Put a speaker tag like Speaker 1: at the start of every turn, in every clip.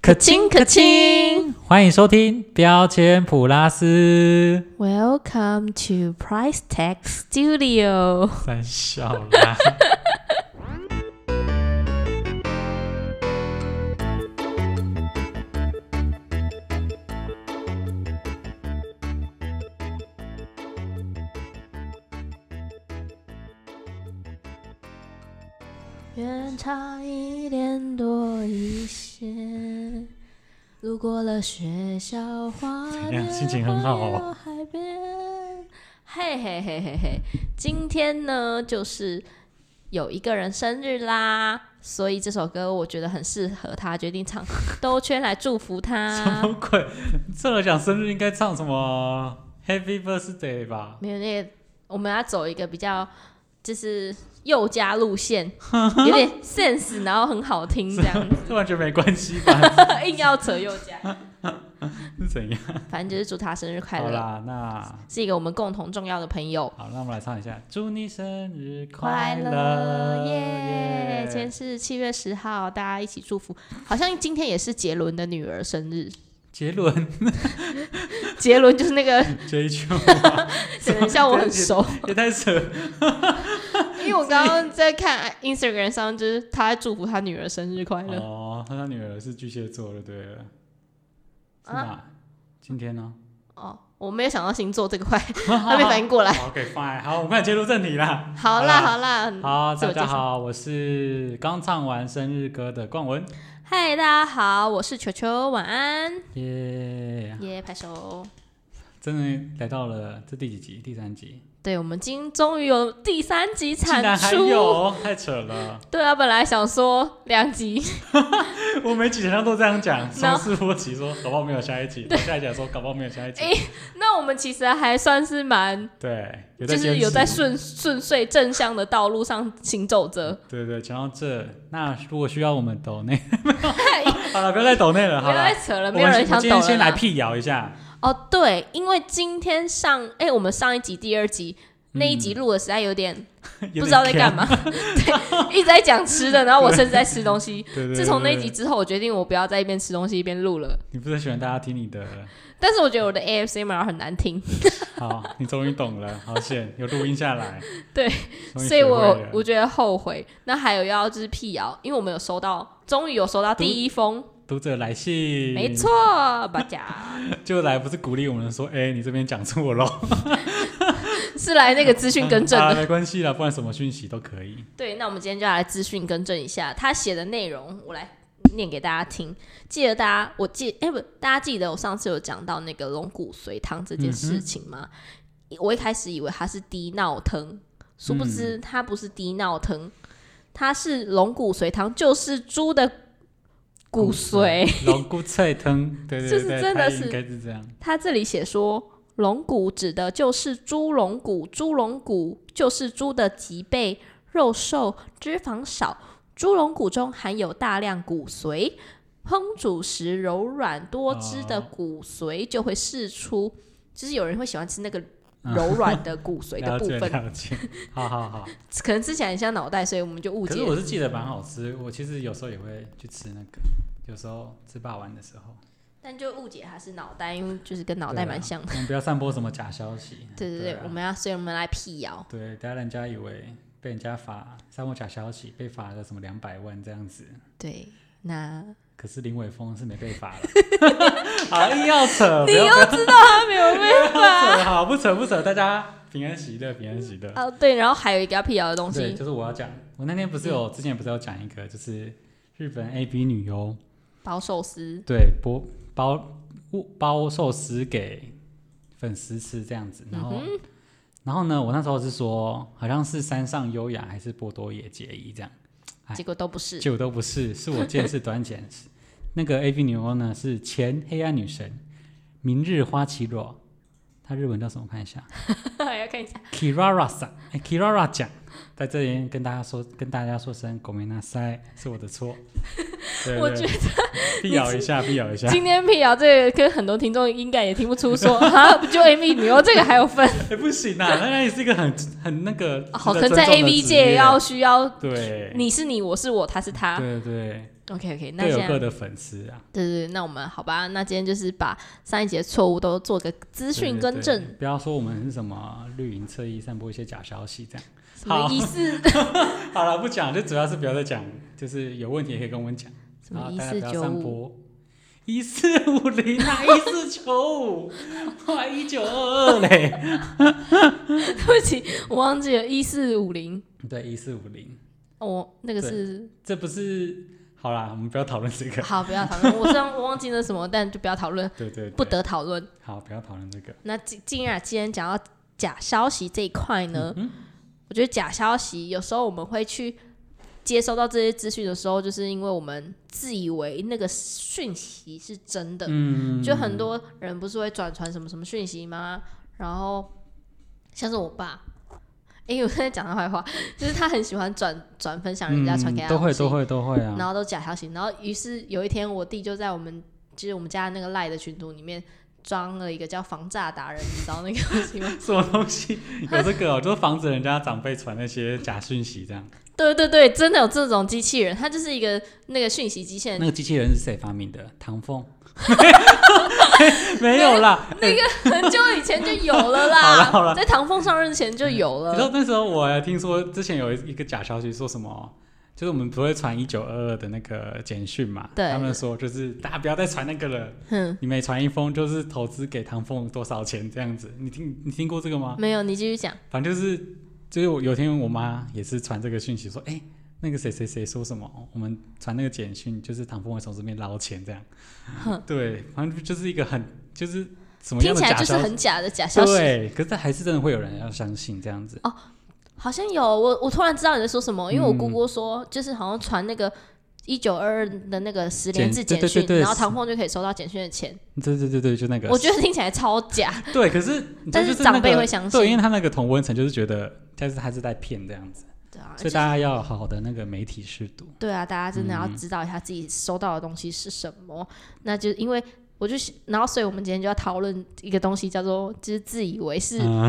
Speaker 1: 可
Speaker 2: 亲可亲
Speaker 1: 欢迎收听标签普拉斯，
Speaker 2: ，Welcome to Price Tag Studio。
Speaker 1: 三笑 啦。
Speaker 2: 远超一点多一些，路过了学校花
Speaker 1: 怎样
Speaker 2: 园，
Speaker 1: 心情很好哦
Speaker 2: 环游海边，嘿嘿嘿嘿嘿，今天呢就是有一个人生日啦，所以这首歌我觉得很适合他，决定唱兜圈来祝福
Speaker 1: 什么
Speaker 2: 他。
Speaker 1: 鬼？这来讲生日应该唱什么？Happy Birthday 吧？
Speaker 2: 没有那个，我们要走一个比较就是佑家路线，有 点 sense，然后很好听这样
Speaker 1: 这完全没关系 吧？
Speaker 2: 子，硬要扯佑 家。
Speaker 1: 是怎样？
Speaker 2: 反正就是祝他生日快
Speaker 1: 好
Speaker 2: 乐，
Speaker 1: 啦，那
Speaker 2: 是一个我们共同重要的朋友。
Speaker 1: 好，那我们来唱一下，祝你生日
Speaker 2: 快
Speaker 1: 乐
Speaker 2: 乐耶！今天是七月十号，大家一起祝福。好像今天也是杰伦的女儿生日，
Speaker 1: 杰伦
Speaker 2: 杰伦就是那 个
Speaker 1: J Q
Speaker 2: 可能像我很熟，
Speaker 1: 也太扯 了，
Speaker 2: 因为我刚刚在看 Instagram 上，就是他在祝福他女儿生日快乐。
Speaker 1: 哦，他女儿是巨蟹座的，对了，是
Speaker 2: 啊
Speaker 1: 哪？今天呢？
Speaker 2: 哦，我没有想到星座这个 块，
Speaker 1: 还
Speaker 2: 还没反应过来。
Speaker 1: OK fine，好，我们来切入正题啦。
Speaker 2: 好啦好啦，
Speaker 1: 好，
Speaker 2: 自
Speaker 1: 大
Speaker 2: 我介绍
Speaker 1: 家好，我是刚唱完生日歌的冠文，
Speaker 2: 嗨大家好，我是球球，晚安，
Speaker 1: 耶、
Speaker 2: 耶，拍手。
Speaker 1: 真的来到了这第几集？第三集，
Speaker 2: 对，我们今终于有第三集
Speaker 1: 竟然
Speaker 2: 产
Speaker 1: 还
Speaker 2: 出，
Speaker 1: 有，太扯了！
Speaker 2: 对啊，本来想说两集，
Speaker 1: 我每集好像都这样讲，
Speaker 2: No
Speaker 1: 上次我集说搞不好没有下一集，下一集还说搞不好没有下一集，
Speaker 2: 那我们其实还算是蛮，
Speaker 1: 对，有在
Speaker 2: 就是
Speaker 1: 坚
Speaker 2: 有在
Speaker 1: 持，
Speaker 2: 顺顺遂正向的道路上行走着。
Speaker 1: 对对，讲到这，那如果需要我们 抖内，好了，不要再抖内了，
Speaker 2: 不
Speaker 1: 好
Speaker 2: 要
Speaker 1: 了
Speaker 2: 再，扯了，
Speaker 1: 我
Speaker 2: 没有
Speaker 1: 们
Speaker 2: 人
Speaker 1: 我
Speaker 2: 想
Speaker 1: 今
Speaker 2: 懂
Speaker 1: 天先来
Speaker 2: 了。
Speaker 1: 辟谣一下，
Speaker 2: 哦，对，因为今天上，哎、我们上一集、第二集那一集录的实在有点
Speaker 1: 嗯
Speaker 2: 不
Speaker 1: 有
Speaker 2: 知
Speaker 1: 点
Speaker 2: 道在干嘛，对，一直在讲吃的，然后我甚至在吃东西。
Speaker 1: 呛。对对对，
Speaker 2: 自从那一
Speaker 1: 对
Speaker 2: 集之后，我决定我不要在一边吃东西一边录了。
Speaker 1: 你不是喜欢大家听你的？
Speaker 2: 但是我觉得我的 ASMR 很难听，
Speaker 1: 好，你终于懂了，好险，有录音下来。
Speaker 2: 对
Speaker 1: 终于
Speaker 2: 所以
Speaker 1: 学会
Speaker 2: 我
Speaker 1: 了
Speaker 2: 我觉得后悔。那还有要就是辟谣，因为我们有收到，终于有收到第一封，
Speaker 1: 读者来信，
Speaker 2: 没，错，大家。
Speaker 1: 就来不是鼓励我们说，哎、你这边讲 错了，
Speaker 2: 是来那个资讯 更正
Speaker 1: 啊，
Speaker 2: 的。
Speaker 1: 没关系啦，不然什么讯息都可以。
Speaker 2: 对，那我们今天就要来资讯更正一下他写的内容，我来念给大家听。记得大家，我记，哎、不，大家记得我上次有讲到那个龙骨髓汤这件事情吗？我一开始以为它是低闹疼，殊不知它不是低闹疼，它是龙骨髓汤，就是猪的骨髓。
Speaker 1: 龙骨菜汤， 对对
Speaker 2: 就
Speaker 1: 对
Speaker 2: 是
Speaker 1: 对，
Speaker 2: 真的
Speaker 1: 它
Speaker 2: 是
Speaker 1: 应该是这样。
Speaker 2: 他这里写说，龙骨指的就是猪龙骨，猪龙骨就是猪的脊背，肉瘦，脂肪少。猪龙骨中含有大量骨髓，烹煮时柔软多汁的
Speaker 1: 哦
Speaker 2: 骨髓就会释出。就是有人会喜欢吃那个柔软的骨髓的
Speaker 1: 了
Speaker 2: 部
Speaker 1: 解
Speaker 2: 分，
Speaker 1: 了解， 好好好。
Speaker 2: 可能吃起来很像脑袋，所以我们就 误
Speaker 1: 可
Speaker 2: 解
Speaker 1: 是。我是记得蛮好吃，我其实有时候也会去吃那个，有时候吃霸王的时候，
Speaker 2: 但就误解它是脑袋，因为就是跟脑袋
Speaker 1: 对啊
Speaker 2: 蛮像的。
Speaker 1: 我们不要散播什么假消息。
Speaker 2: 对对对，
Speaker 1: 啊
Speaker 2: 我们要，所以我们来辟谣。
Speaker 1: 对，等下人家以为被人家罚散播假消息，被罚了什么两百万这样子。
Speaker 2: 对，那
Speaker 1: 可是林伟峰是没被罚 了，好硬要扯，不
Speaker 2: 你
Speaker 1: 要
Speaker 2: 又知道他没有被
Speaker 1: 不要扯，好不扯不扯，大家平安喜乐，平安喜乐。
Speaker 2: 哦，对，然后还有一个要辟谣的 东
Speaker 1: 对，
Speaker 2: 西，
Speaker 1: 就是我要讲，我那天不是有之前不是有讲一个，就是日本 A B 女优
Speaker 2: 包寿司。
Speaker 1: 对包包包寿司给粉丝吃这样子，然
Speaker 2: 嗯
Speaker 1: 后、然后呢，我那时候是说好像是山上优雅还是波多野结衣这样。哎
Speaker 2: 结果都不是，
Speaker 1: 结果都不是，是我见识短浅。 那个 AV 女优呢是前黑暗女神明日花绮罗，她日文叫什么？我看一 下
Speaker 2: 要看一下。
Speaker 1: ，Kirara 桑，哎，Kirara 讲，在这里跟大家说，跟大家说声狗没那塞，是我 的错。对
Speaker 2: 我
Speaker 1: 对
Speaker 2: 觉得
Speaker 1: 辟谣一下，辟谣一下。
Speaker 2: 今天辟谣这个，跟很多听众应该也听不出说 啊，不就 AV 女优这个还有分，哦
Speaker 1: 哎，不行啊，那那也是一个很很那个
Speaker 2: 好，可
Speaker 1: 值
Speaker 2: 能
Speaker 1: 得
Speaker 2: 在
Speaker 1: 尊重的
Speaker 2: AV
Speaker 1: 职业
Speaker 2: 界要需要
Speaker 1: 对，
Speaker 2: 你是你，我是我，他是他。
Speaker 1: 对对，
Speaker 2: OK OK，那
Speaker 1: 各
Speaker 2: 现
Speaker 1: 有
Speaker 2: 在
Speaker 1: 各的粉丝啊，
Speaker 2: 对对对，那我们好吧，那今天就是把上一节错误都做个资讯
Speaker 1: 对
Speaker 2: 更
Speaker 1: 对
Speaker 2: 正，
Speaker 1: 不要说我们是什么绿营侧翼散播一些假消息这样。
Speaker 2: 什么
Speaker 1: 好
Speaker 2: 意 思？
Speaker 1: 好了，不讲，就主要是不要再讲，就是有问题也可以跟我们讲，
Speaker 2: 什
Speaker 1: 然
Speaker 2: 么
Speaker 1: 后
Speaker 2: 一
Speaker 1: 大家
Speaker 2: 四
Speaker 1: 不要
Speaker 2: 九
Speaker 1: 散
Speaker 2: 五？
Speaker 1: 播。一四五零啊，一四九五，哇，一九二二嘞，
Speaker 2: 对不起，我忘记了一四五零，
Speaker 1: 对，一四五零，
Speaker 2: 我那个是
Speaker 1: 这不是好啦，我们不要讨论这个，
Speaker 2: 好，不要讨论。我虽然我忘记了什么，但就不要讨论，
Speaker 1: 对对对，
Speaker 2: 不得讨论。
Speaker 1: 好，不要讨论这个。
Speaker 2: 那既既然既然讲到假消息这一块呢，
Speaker 1: 嗯
Speaker 2: 我觉得假消息有时候我们会去接收到这些资讯的时候，就是因为我们自以为那个讯息是真的，
Speaker 1: 嗯，
Speaker 2: 就很多人不是会转传什么什么讯息吗？然后像是我爸，因为我现在讲他坏话，就是他很喜欢转转分享人家传给他
Speaker 1: 嗯
Speaker 2: 的
Speaker 1: 都
Speaker 2: 东
Speaker 1: 会
Speaker 2: 西
Speaker 1: 都会都会啊，
Speaker 2: 然后都假消息。然后于是有一天，我弟就在我们就是我们家那个赖的群组里面装了一个叫“防诈达人”，你知道那个 东西吗？
Speaker 1: 什么东西有这个、哦， 就是防止人家长辈传那些假讯息这样。
Speaker 2: 对对对，真的有这种机器人，它就是一个那个讯息机器人
Speaker 1: 那，个机器人是谁发明的？唐凤？ 没有啦，
Speaker 2: 那个很久以前就有了
Speaker 1: 好
Speaker 2: 啦，
Speaker 1: 了好了嗯
Speaker 2: 在唐风上任前就有
Speaker 1: 你知道
Speaker 2: 了。
Speaker 1: 那时候我还听说之前有一个假消息，说什么？就是我们不会传一九二二的那个简讯嘛？
Speaker 2: 对
Speaker 1: 他们说就是大家不要再传那个了，
Speaker 2: 哼，
Speaker 1: 你每传一封就是投资给唐凤多少钱这样子。你听你听过这个吗？
Speaker 2: 没有，你继续讲。
Speaker 1: 反正就是就是我有天我妈也是传这个讯息说，哎、那个谁谁谁说什么，我们传那个简讯，就是唐凤会从这边捞钱这样。 对，反正就是一个很就是什么
Speaker 2: 听
Speaker 1: 样的
Speaker 2: 起来
Speaker 1: 假
Speaker 2: 就是
Speaker 1: 消息。
Speaker 2: 很假的假消息，
Speaker 1: 对，可是还是真的会有人要相信这样子。
Speaker 2: 好像有我我突然知道你在说什么，因
Speaker 1: 嗯
Speaker 2: 为我姑姑说，就是好像传那个一九二二的那个十连字简
Speaker 1: 简对对
Speaker 2: 讯，
Speaker 1: 对对
Speaker 2: 然后唐凤就可以收到简讯的钱，
Speaker 1: 对对对对，就那个。
Speaker 2: 我觉得听起来超假。
Speaker 1: 对，可是
Speaker 2: 但
Speaker 1: 这就是那
Speaker 2: 长辈
Speaker 1: 个
Speaker 2: 会相
Speaker 1: 对，因
Speaker 2: 信
Speaker 1: 为他那个同温层就是觉得，但是他是在骗这样子，
Speaker 2: 对啊，
Speaker 1: 所以
Speaker 2: 就
Speaker 1: 大家要好好的那个媒体试读。
Speaker 2: 对啊，大家真的要
Speaker 1: 嗯
Speaker 2: 知道一下自己收到的东西是什么。那就因为我就是，然后所以我们今天就要讨论一个东西，叫做就是自以为是，
Speaker 1: 嗯，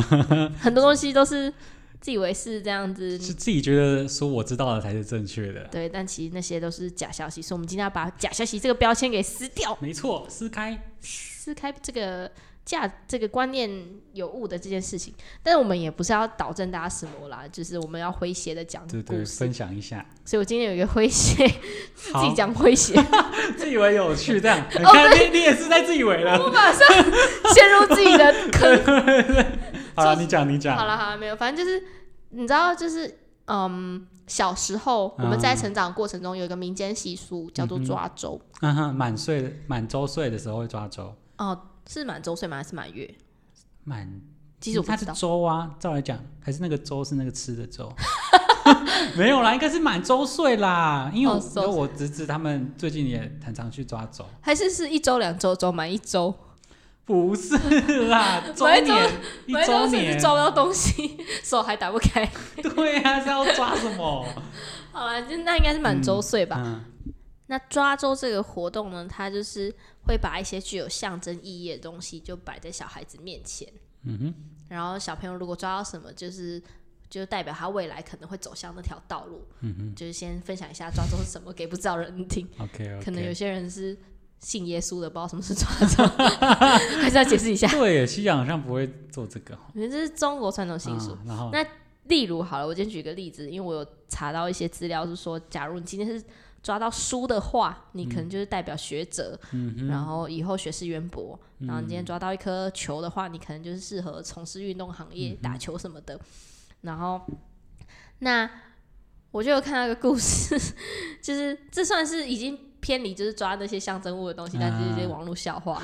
Speaker 2: 很多东西都是自以为是这样子。
Speaker 1: 是自己觉得说我知道的才是正确的。
Speaker 2: 对，但其实那些都是假消息，所以我们今天要把假消息这个标签给撕掉，
Speaker 1: 没错，撕开。
Speaker 2: 撕开这个价这个观念有误的这件事情。但是我们也不是要导正大家什么啦，就是我们要诙谐的讲故
Speaker 1: 对
Speaker 2: 事。
Speaker 1: 对，分享一下，
Speaker 2: 所以我今天有一个诙谐，自己
Speaker 1: 好
Speaker 2: 讲哦诙谐，
Speaker 1: 自以为有趣，这样你看你你也是在自以为了。
Speaker 2: 我马上陷入自己的 坑。
Speaker 1: 好了，你讲你
Speaker 2: 好
Speaker 1: 讲，
Speaker 2: 了好了，没有，反正就是嗯你知道，就是嗯，小时候我们在
Speaker 1: 嗯
Speaker 2: 成长过程中有一个民间习俗叫做
Speaker 1: 嗯哼
Speaker 2: 抓周，
Speaker 1: 嗯哼，满岁的满周岁的时候会抓周，
Speaker 2: 哦、是满周岁吗？还是满月？
Speaker 1: 满
Speaker 2: 其实我不
Speaker 1: 它
Speaker 2: 知
Speaker 1: 是
Speaker 2: 道，
Speaker 1: 周啊，照来讲还是那个周是那个吃的周， 没有啦，应该是满周岁啦，因为
Speaker 2: 哦
Speaker 1: 我、
Speaker 2: 周
Speaker 1: 因为我侄子他们最近也很常去抓周，
Speaker 2: 还是是一周、两周、周满一周，
Speaker 1: 不是 啦，周
Speaker 2: 满一周
Speaker 1: 年一
Speaker 2: 满
Speaker 1: 周
Speaker 2: 周甚至
Speaker 1: 年，
Speaker 2: 抓不到东西，手还打不 开。
Speaker 1: 对啊，是要抓什么？
Speaker 2: 好了，就那应该是满周岁 吧。
Speaker 1: 嗯，
Speaker 2: 那抓周这个活动呢，它就是会把一些具有象征意义的东西就摆在小孩子面前。
Speaker 1: 嗯哼，
Speaker 2: 然后小朋友如果抓到什么，就是就代表他未来可能会走向那条道路。
Speaker 1: 嗯
Speaker 2: 就是先分享一下抓周是什么，给不知道的人 听。
Speaker 1: 哼，OK OK，
Speaker 2: 可能有些人是信耶稣的，不知道什么是抓周， 还是要解释一下。
Speaker 1: 对耶，西洋好像不会做这个哦，
Speaker 2: 我觉得这是中国传统习俗。
Speaker 1: 嗯然后
Speaker 2: 那例如好了，我今天举个例子，因为我有查到一些资料是说，假如你今天是抓到书的话，你可能就是代表学者，
Speaker 1: 嗯哼，
Speaker 2: 然后以后学识渊博。然后你今天抓到一颗球的话，你可能就是适合从事运动行
Speaker 1: 嗯
Speaker 2: 业、打球什么的。然后，那我就有看到一个故事， 就是这算是已经偏离，就是抓那些象征物的东西，但是一些
Speaker 1: 啊
Speaker 2: 网络笑 话。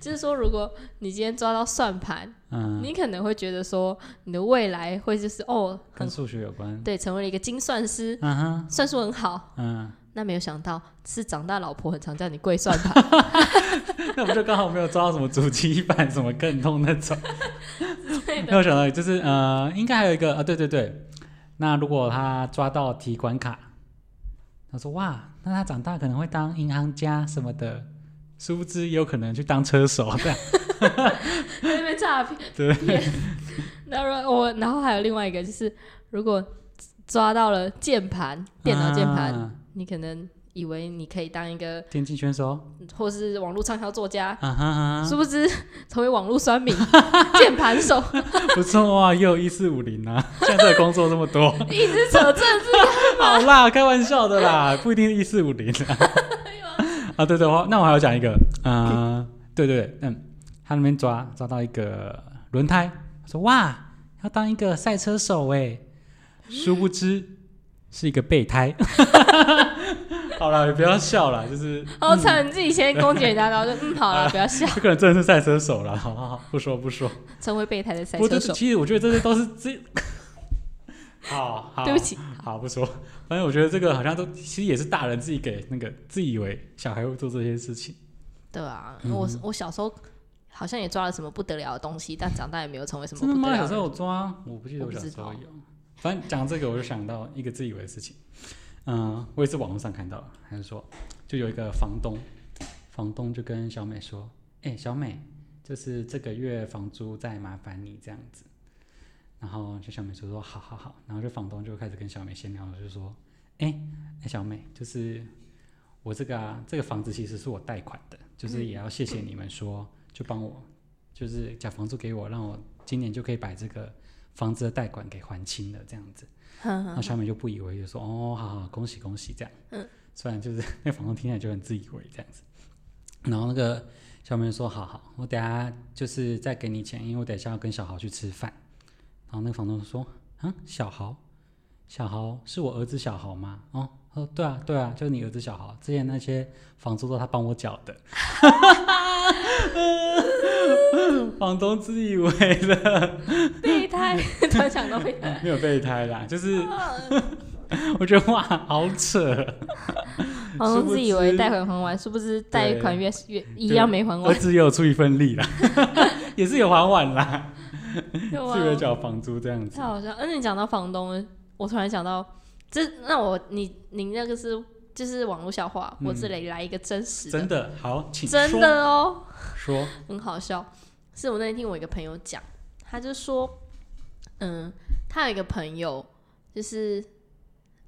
Speaker 2: 就是说，如果你今天抓到算盘，
Speaker 1: 嗯，
Speaker 2: 你可能会觉得说，你的未来会就是哦，很
Speaker 1: 跟数学有关，
Speaker 2: 对，成为了一个精算师，
Speaker 1: 嗯哼，
Speaker 2: 算术很好。
Speaker 1: 嗯，
Speaker 2: 那没有想到，是长大老婆很常叫你跪算盘
Speaker 1: 那不就刚好没有抓到什么主机板、什么更痛那种。
Speaker 2: 之 类的。
Speaker 1: 那我想到就是呃，应该还有一个啊，对对对。那如果他抓到提款卡，他说哇，那他长大可能会当银行家什么的，殊不知也有可能去当车手这样。
Speaker 2: 在那边诈骗。
Speaker 1: 对
Speaker 2: 骗。然后我，然后还有另外一个就是，如果抓到了键盘，电脑键盘，
Speaker 1: 啊
Speaker 2: 你可能以为你可以当一个，
Speaker 1: 电竞选手，
Speaker 2: 或是网络畅销作家，
Speaker 1: 啊哈哈，
Speaker 2: 殊不知成为网络酸民、键盘手，
Speaker 1: 不错啊，也有一四五零啊， 现在这个工作这么多，
Speaker 2: 一直扯政治。
Speaker 1: 好啦，开玩笑的啦，不一定是一四五零啊。 啊，对对，我那我还要讲一个，呃，对对对，嗯，他那边抓抓到一个轮胎，他说哇，要当一个赛车手哎，殊不知是一个备胎。 好了，也不要笑了，就是
Speaker 2: 好惨，你自己先攻击人家，然后就 嗯，好
Speaker 1: 啊
Speaker 2: 了，不要笑，
Speaker 1: 这个人真的是赛车手了，好好好，不说不说。
Speaker 2: 成为备胎的赛
Speaker 1: 不过
Speaker 2: 车
Speaker 1: 这
Speaker 2: 手。
Speaker 1: 其实我觉得这些都是这， 好好，
Speaker 2: 对不起，
Speaker 1: 好，不说。反正我觉得这个好像都其实也是大人自己给那个自以为小孩会做这些事情。
Speaker 2: 对啊，
Speaker 1: 嗯
Speaker 2: 我我小时候好像也抓了什么不得了的东西，但长大也没有成为什么
Speaker 1: 真的
Speaker 2: 不啊得
Speaker 1: 吗？
Speaker 2: 了的
Speaker 1: 小时
Speaker 2: 人。
Speaker 1: 候有抓，我不记得
Speaker 2: 我
Speaker 1: 我
Speaker 2: 不
Speaker 1: 小
Speaker 2: 知
Speaker 1: 时候
Speaker 2: 道
Speaker 1: 有。反正讲这个，我就想到一个自以为的事情。嗯、我也是网络上看到的，还是说，就有一个房东，房东就跟小美说：“哎、小美，就是这个月房租再麻烦你这样子。”然后就小美就说：“好好好。”然后就房东就开始跟小美闲聊，就说：“哎、哎、小美，就是我这个、啊、这个房子其实是我贷款的，就是也要谢谢你们说，就帮我就是缴房租给我，让我今年就可以把这个房子的贷款给还清了，这样子。
Speaker 2: 哼
Speaker 1: 然后小美就不以为意，就说：“哦，好好，恭喜恭喜。”这样，嗯，虽然就是 那房东听起来就很自以为这样子。然后那个小美就说：“好好，我等下就是再给你钱，因为我等一下要跟小豪去吃饭。”然后那个房东说：“啊，小豪，小豪是我儿子小豪吗？哦，他说对啊，对啊，就是你儿子小豪，之前那些房租都他帮我缴的。 房东自以为了，
Speaker 2: 备胎， 突然想到备胎。
Speaker 1: 没有备胎啦， 就是我觉得哇，好扯，
Speaker 2: 房
Speaker 1: 殊
Speaker 2: 东
Speaker 1: 不
Speaker 2: 自以为
Speaker 1: 知
Speaker 2: 贷款还完，殊不知贷
Speaker 1: 对
Speaker 2: 款越越一样没还
Speaker 1: 儿
Speaker 2: 完。
Speaker 1: 子也有出一份力啦， 也是有还完啦，
Speaker 2: 对
Speaker 1: 自以为
Speaker 2: 啊，
Speaker 1: 缴房租这样子
Speaker 2: 太。好笑。嗯，你讲到房东，我突然想到，这那我你你那个是就是网络笑话，我这里来一个真实
Speaker 1: 真的好，请
Speaker 2: 真
Speaker 1: 说
Speaker 2: 的哦。
Speaker 1: 说，
Speaker 2: 很好笑，是我那天听我一个朋友讲，他就说，嗯，他有一个朋友就是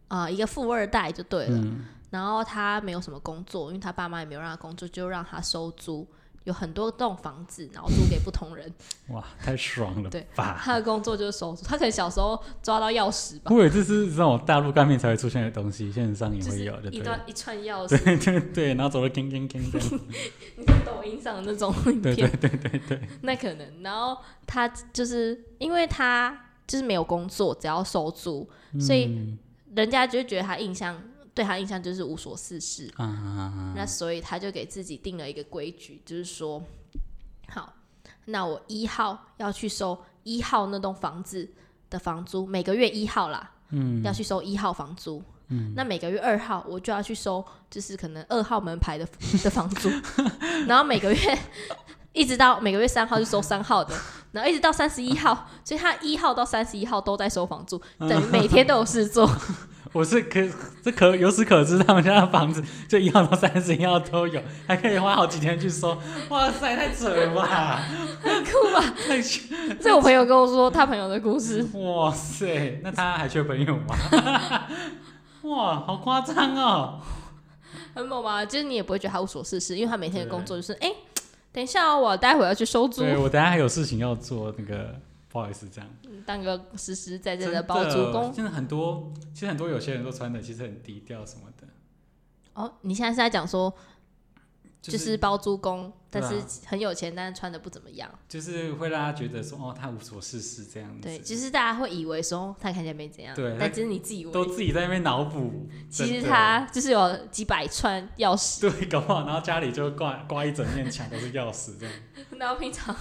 Speaker 2: 啊、呃一个富二代就对了，
Speaker 1: 嗯
Speaker 2: 然后他没有什么工作，因为他爸妈也没有让他工作，就让他收租，有很多栋房子，然后租给不同人。
Speaker 1: 哇，太爽了
Speaker 2: 对
Speaker 1: 吧！
Speaker 2: 他的工作就是收租，他可能小时候抓到钥匙吧，
Speaker 1: 不过这是这种大陆干面才会出现的东西，现实上也
Speaker 2: 就
Speaker 1: 嗯会
Speaker 2: 是
Speaker 1: 有，就
Speaker 2: 一
Speaker 1: 对
Speaker 2: 段
Speaker 1: 了。
Speaker 2: 一串钥匙，
Speaker 1: 对对对，然后走了叮叮叮 叮，
Speaker 2: 你看抖音上的那种影
Speaker 1: 对
Speaker 2: 片
Speaker 1: 对，对对对，
Speaker 2: 那可能，然后他就是因为他就是没有工作，只要收租，所以
Speaker 1: 嗯
Speaker 2: 人家就会觉得他印象对他印象就是无所事事，
Speaker 1: 啊，
Speaker 2: 那所以他就给自己定了一个规矩，就是说，好，那我一号要去收一号那栋房子的房租，每个月一号啦，
Speaker 1: 嗯，
Speaker 2: 要去收一号房租，嗯，那每个月二号我就要去收，就是可能二号门牌的的房租，然后每个月一直到每个月三号就收三号的，然后一直到三十一号，所以他一号到三十一号都在收房租，等于每天都有事做。
Speaker 1: 我是可这可由此可知，他们家的房子就一号到三十一号都有，还可以花好几天去收。哇塞，太扯 了吧！很酷吧？太炫
Speaker 2: 这我朋友跟我说他朋友的故事，
Speaker 1: 哇塞，那他还缺朋友吗？ 哇，好夸张哦！
Speaker 2: 很猛吧？就是你也不会觉得他无所事事，因为他每天的工作就是，哎、等一下哦、我待会要去收租，
Speaker 1: 对我等下还有事情要做，那个不好意思这样。
Speaker 2: 当个实实在在
Speaker 1: 真
Speaker 2: 的包租公。
Speaker 1: 真的很多，其实很多有些人都穿的其实很低调什么的，
Speaker 2: 哦，你现在是在讲说就是是包租公，
Speaker 1: 对
Speaker 2: 但
Speaker 1: 啊
Speaker 2: 是很有钱，但是穿的不怎么样。
Speaker 1: 就是会让他觉得说哦，他无所事事这样子，
Speaker 2: 对，就是大家会以为说他看起来没怎样，
Speaker 1: 嗯对
Speaker 2: 但其实你自以
Speaker 1: 都
Speaker 2: 为，
Speaker 1: 自己在那边脑补。
Speaker 2: 其
Speaker 1: 真
Speaker 2: 实
Speaker 1: 的
Speaker 2: 他就是有几百串钥匙，
Speaker 1: 对，搞不好然后家里就挂挂一整面墙都是钥匙 这样。
Speaker 2: 然后平常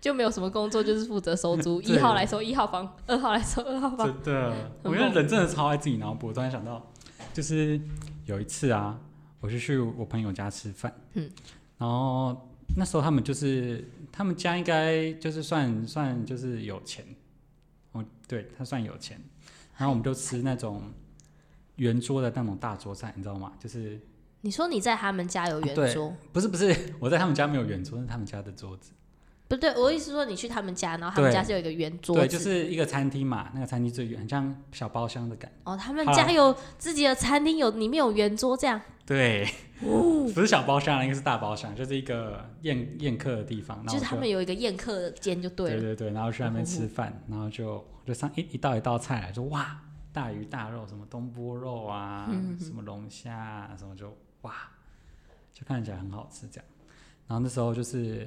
Speaker 2: 就没有什么工作，就是负责收租，
Speaker 1: 对
Speaker 2: 一号来收一号房，二号来收二号房。
Speaker 1: 真的，
Speaker 2: 很
Speaker 1: 啊我觉得
Speaker 2: 猛
Speaker 1: 人真的超爱自己脑补。我突然想到，就是有一次啊，我是去我朋友家吃饭，
Speaker 2: 嗯，
Speaker 1: 然后那时候他们就是他们家应该就是算算就是有钱，哦，对他算有钱，然后我们就吃那种圆桌的那种大桌菜，你知道吗？就是
Speaker 2: 你说你在他们家有圆
Speaker 1: 对
Speaker 2: 桌，
Speaker 1: 啊 不是不是，我在他们家没有圆桌，是他们家的桌子。
Speaker 2: 不对，我意思说你去他们家，然后他们
Speaker 1: 对
Speaker 2: 家是有一个圆桌
Speaker 1: 对，
Speaker 2: 子，
Speaker 1: 就是一个餐厅嘛，那个餐厅最远，很像小包厢的感觉。
Speaker 2: 哦，他们
Speaker 1: 好啦
Speaker 2: 家有自己的餐厅，有里面有圆桌这样。
Speaker 1: 对，
Speaker 2: 哦
Speaker 1: 不是小包厢啊，应该是大包厢，就是一个宴宴客的地方。然后
Speaker 2: 就是他
Speaker 1: 就
Speaker 2: 们有一个宴客间就对哦
Speaker 1: 对
Speaker 2: 了。
Speaker 1: 对对，然后去那边吃饭，然后就就上一一道一道菜来，就哇，大鱼大肉，什么东坡肉啊，
Speaker 2: 嗯
Speaker 1: 什么龙虾啊，什么就哇，就看起来很好吃这样。然后那时候就是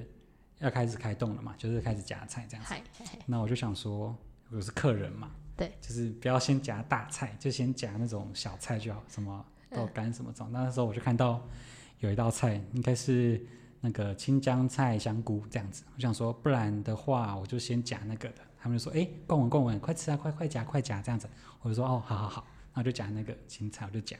Speaker 1: 要开始开动了嘛，就是开始夹菜这样子。
Speaker 2: 嗨，嗨嗨
Speaker 1: 那我就想说，我是客人嘛，
Speaker 2: 对，
Speaker 1: 就是不要先夹大菜，就先夹那种小菜就好，什么
Speaker 2: 嗯
Speaker 1: 豆干什么这种。那那时候我就看到有一道菜，应该是那个青江菜香菇这样子。我想说，不然的话，我就先夹那个的。他们就说，哎、逛完逛完，快吃啊，快快夹，快夹这样子。我就说，哦，好好好，那我就夹那个青菜，我就夹。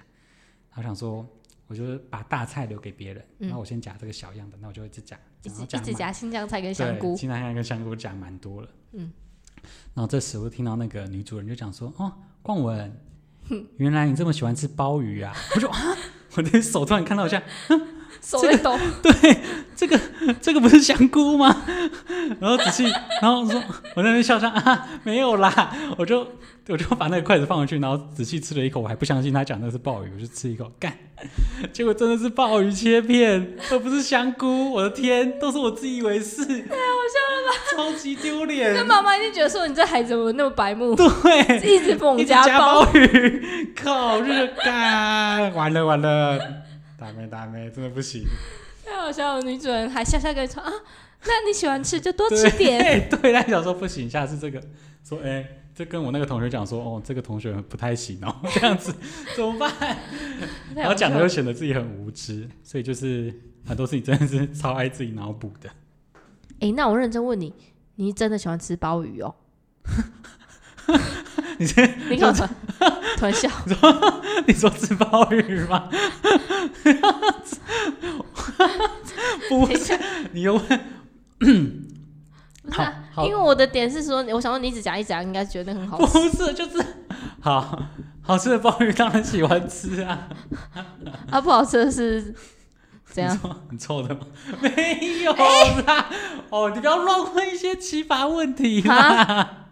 Speaker 1: 然后想说，我就把大菜留给别人，然后我先夹这个小样的，那我就一直夹，
Speaker 2: 嗯一
Speaker 1: 然后
Speaker 2: 直一直
Speaker 1: 满
Speaker 2: 夹新疆菜跟
Speaker 1: 对，
Speaker 2: 香菇，
Speaker 1: 清淡菜跟香菇讲蛮多了。嗯，然后这时我就听到那个女主人就讲说：“哦，冠文，原来你这么喜欢吃鲍鱼啊！” 我就啊，我的手突然看到一下，
Speaker 2: 手会 抖。
Speaker 1: 这个 这个不是香菇吗？ 然后仔细，然后我说我在那边笑笑啊，没有啦，我就我就把那个筷子放回去，然后仔细吃了一口，我还不相信他讲的是鲍鱼，我就吃一口，干，结果真的是鲍鱼切片，而不是香菇，我的天，都是我自以为是，太好笑了吧，超级丢脸
Speaker 2: 那，妈妈一定觉得说你这孩子怎么那么白目，
Speaker 1: 对，
Speaker 2: 一直
Speaker 1: 一
Speaker 2: 捧
Speaker 1: 直加
Speaker 2: 包。
Speaker 1: 鲍鱼，靠，这个干，完了完了，大妹大妹，真的不行。
Speaker 2: 太好笑了，女主人还笑笑跟你说啊，那你喜欢吃就多吃点。
Speaker 1: 对，对，他想说不行，下次这个说，哎、就跟我那个同学讲说，哦，这个同学不太行哦，这样子怎么办？
Speaker 2: 太
Speaker 1: 然
Speaker 2: 好
Speaker 1: 后
Speaker 2: 笑
Speaker 1: 讲的
Speaker 2: 了
Speaker 1: 又显得自己很无知，所以就是很多事情真的是超爱自己脑补的。
Speaker 2: 哎，那我认真问你，你真的喜欢吃鲍鱼哦？
Speaker 1: 你这
Speaker 2: 你看我突然突然笑，
Speaker 1: 你说吃鲍鱼吗？ 不
Speaker 2: 等一下
Speaker 1: 是，你又问
Speaker 2: 不是啊，
Speaker 1: 好好
Speaker 2: 因为我的点是说，我想说你一直夹一直夹，应该觉得很好
Speaker 1: 不
Speaker 2: 吃。
Speaker 1: 是就是好好吃的鲍鱼当然喜欢吃啊，
Speaker 2: 啊，不好吃的 是怎样
Speaker 1: 你？说很臭的吗？ 没有啦，哦，你不要乱问一些奇葩问题啦。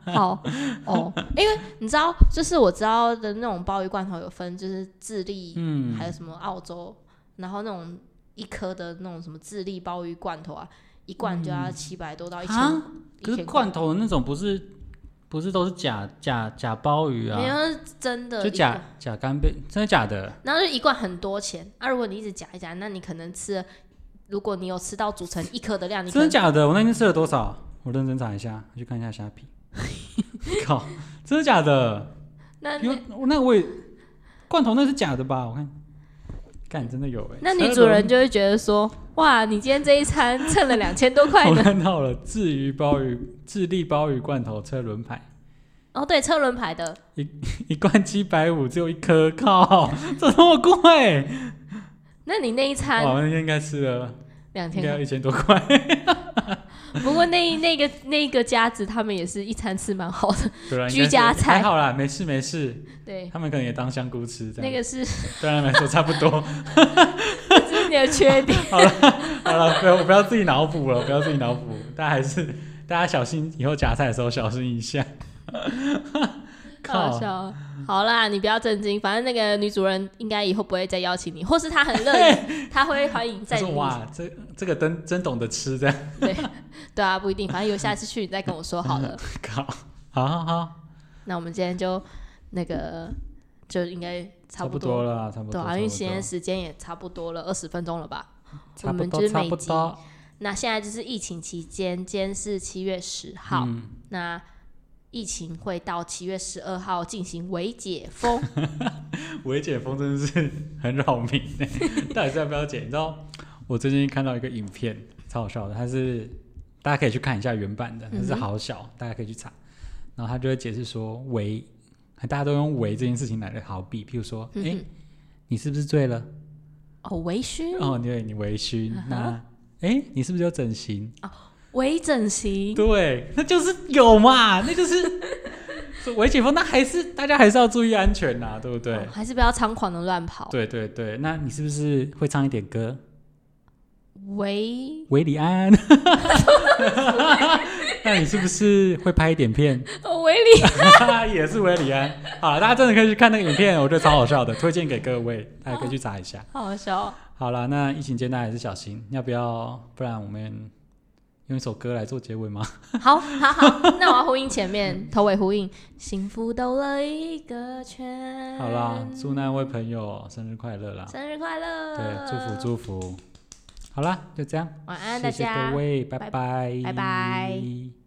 Speaker 2: 啊，好哦，因为你知道，就是我知道的那种鲍鱼罐头有分，就是智利，
Speaker 1: 嗯
Speaker 2: 还有什么澳洲，然后那种一颗的那种什么智利鲍鱼罐头啊，一罐就要七百多到一千、
Speaker 1: 啊可
Speaker 2: 一
Speaker 1: 是
Speaker 2: 千
Speaker 1: 罐头的那种不是不是都是假假假鲍鱼
Speaker 2: 没有啊
Speaker 1: 啊？
Speaker 2: 是真的
Speaker 1: 就
Speaker 2: 一罐
Speaker 1: 假假干贝，真的假的？
Speaker 2: 然后就一罐很多钱。啊，如果你一直夹一夹，那你可能吃了，如果你有吃到组成一颗的量，你可
Speaker 1: 真
Speaker 2: 能
Speaker 1: 的假的？我那天吃了多少？我认真查一下，我去看一下虾皮。 靠，真的假的？
Speaker 2: 那
Speaker 1: 有
Speaker 2: 那
Speaker 1: 我那我也罐头那是假的吧？我看，干真的有哎、
Speaker 2: 那
Speaker 1: 车
Speaker 2: 女
Speaker 1: 轮
Speaker 2: 主人就会觉得说，哇，你今天这一餐蹭了两千多块
Speaker 1: 我
Speaker 2: 呢。
Speaker 1: 看到了，至于鲍鱼、智利鲍鱼罐头车轮牌，
Speaker 2: 哦，对，车轮牌的。
Speaker 1: 一罐七百五，只有一颗，靠，怎么那么贵？
Speaker 2: 那你那一餐
Speaker 1: 哇，那天应该吃了
Speaker 2: 两
Speaker 1: 应
Speaker 2: 千
Speaker 1: 该要
Speaker 2: 块，
Speaker 1: 一千多块。
Speaker 2: 不过那 那个那个家子他们也是一餐吃蛮好的，
Speaker 1: 对啊，应该
Speaker 2: 居家
Speaker 1: 是
Speaker 2: 菜
Speaker 1: 还好啦，没事没事，
Speaker 2: 对，
Speaker 1: 他们可能也当香菇吃，这
Speaker 2: 那
Speaker 1: 样
Speaker 2: 个是
Speaker 1: 对他们来说差不多。
Speaker 2: 这是你的缺点，
Speaker 1: 好了，不要不要自己脑补了，不要自己脑补，大家还是大家小心，以后夹菜的时候小心一下。
Speaker 2: 好
Speaker 1: 靠，
Speaker 2: 笑哦。好啦，你不要震惊，反正那个女主人应该以后不会再邀请你，或是她很 乐意，她会欢迎
Speaker 1: 他
Speaker 2: 再
Speaker 1: 说哇，这这个真真懂得吃，这样
Speaker 2: 对对啊，不一定，反正有下次去你再跟我说好 了。
Speaker 1: 靠，好好好，
Speaker 2: 那我们今天就那个就应该差
Speaker 1: 差不
Speaker 2: 不
Speaker 1: 多了，差不
Speaker 2: 对
Speaker 1: 多，
Speaker 2: 啊，因为今天
Speaker 1: 差
Speaker 2: 时间也差不多了，二十分钟了吧？我
Speaker 1: 不
Speaker 2: 们
Speaker 1: 多
Speaker 2: 就是
Speaker 1: 差
Speaker 2: 每
Speaker 1: 不
Speaker 2: 集
Speaker 1: 多，
Speaker 2: 那现在就是疫情期间，今天是七月十号，
Speaker 1: 嗯
Speaker 2: 那疫情会到七月十二号进行微解封。
Speaker 1: 维解封真的是很扰民欸 到底是要不要解？你知道，我最近看到一个影片，超好笑的，它是大家可以去看一下原版
Speaker 2: 嗯
Speaker 1: 的，它是好小，大家可以去查。然后他就会解释说，为大家都用为这件事情来的好比，譬如说，哎、
Speaker 2: 嗯哼
Speaker 1: 你是不是醉了？
Speaker 2: 哦，微醺，
Speaker 1: 哦，对，你微醺。
Speaker 2: 啊哈
Speaker 1: 那，哎，你是不是有整形？
Speaker 2: 微整形，
Speaker 1: 对，那就是 有嘛，那就是说微解封，那还是大家还是要注意安全呐、对不对？
Speaker 2: 哦哦还是不要猖狂的乱跑。
Speaker 1: 对对对，那你是不是会唱一点歌？
Speaker 2: 喂，
Speaker 1: 维里安， 那你是不是会拍一点片？
Speaker 2: 哦维里，
Speaker 1: 也是维里安。好了，大家真的可以去看那个影片，我觉得超好笑的，推荐给各位，大家可以去查一下。
Speaker 2: 好好笑哦。
Speaker 1: 好了，那疫情间大家还是小心，要不要？不然我们用一首歌来做结尾吗？
Speaker 2: 好好好，那我要呼应前面头尾呼应，幸福兜了一个圈。
Speaker 1: 好啦，祝那位朋友生日快乐啦！
Speaker 2: 生日快乐！
Speaker 1: 对，祝福祝福。好啦，就这样，
Speaker 2: 晚安大
Speaker 1: 谢谢
Speaker 2: 家
Speaker 1: 各位，拜
Speaker 2: 拜
Speaker 1: 拜，
Speaker 2: 拜拜。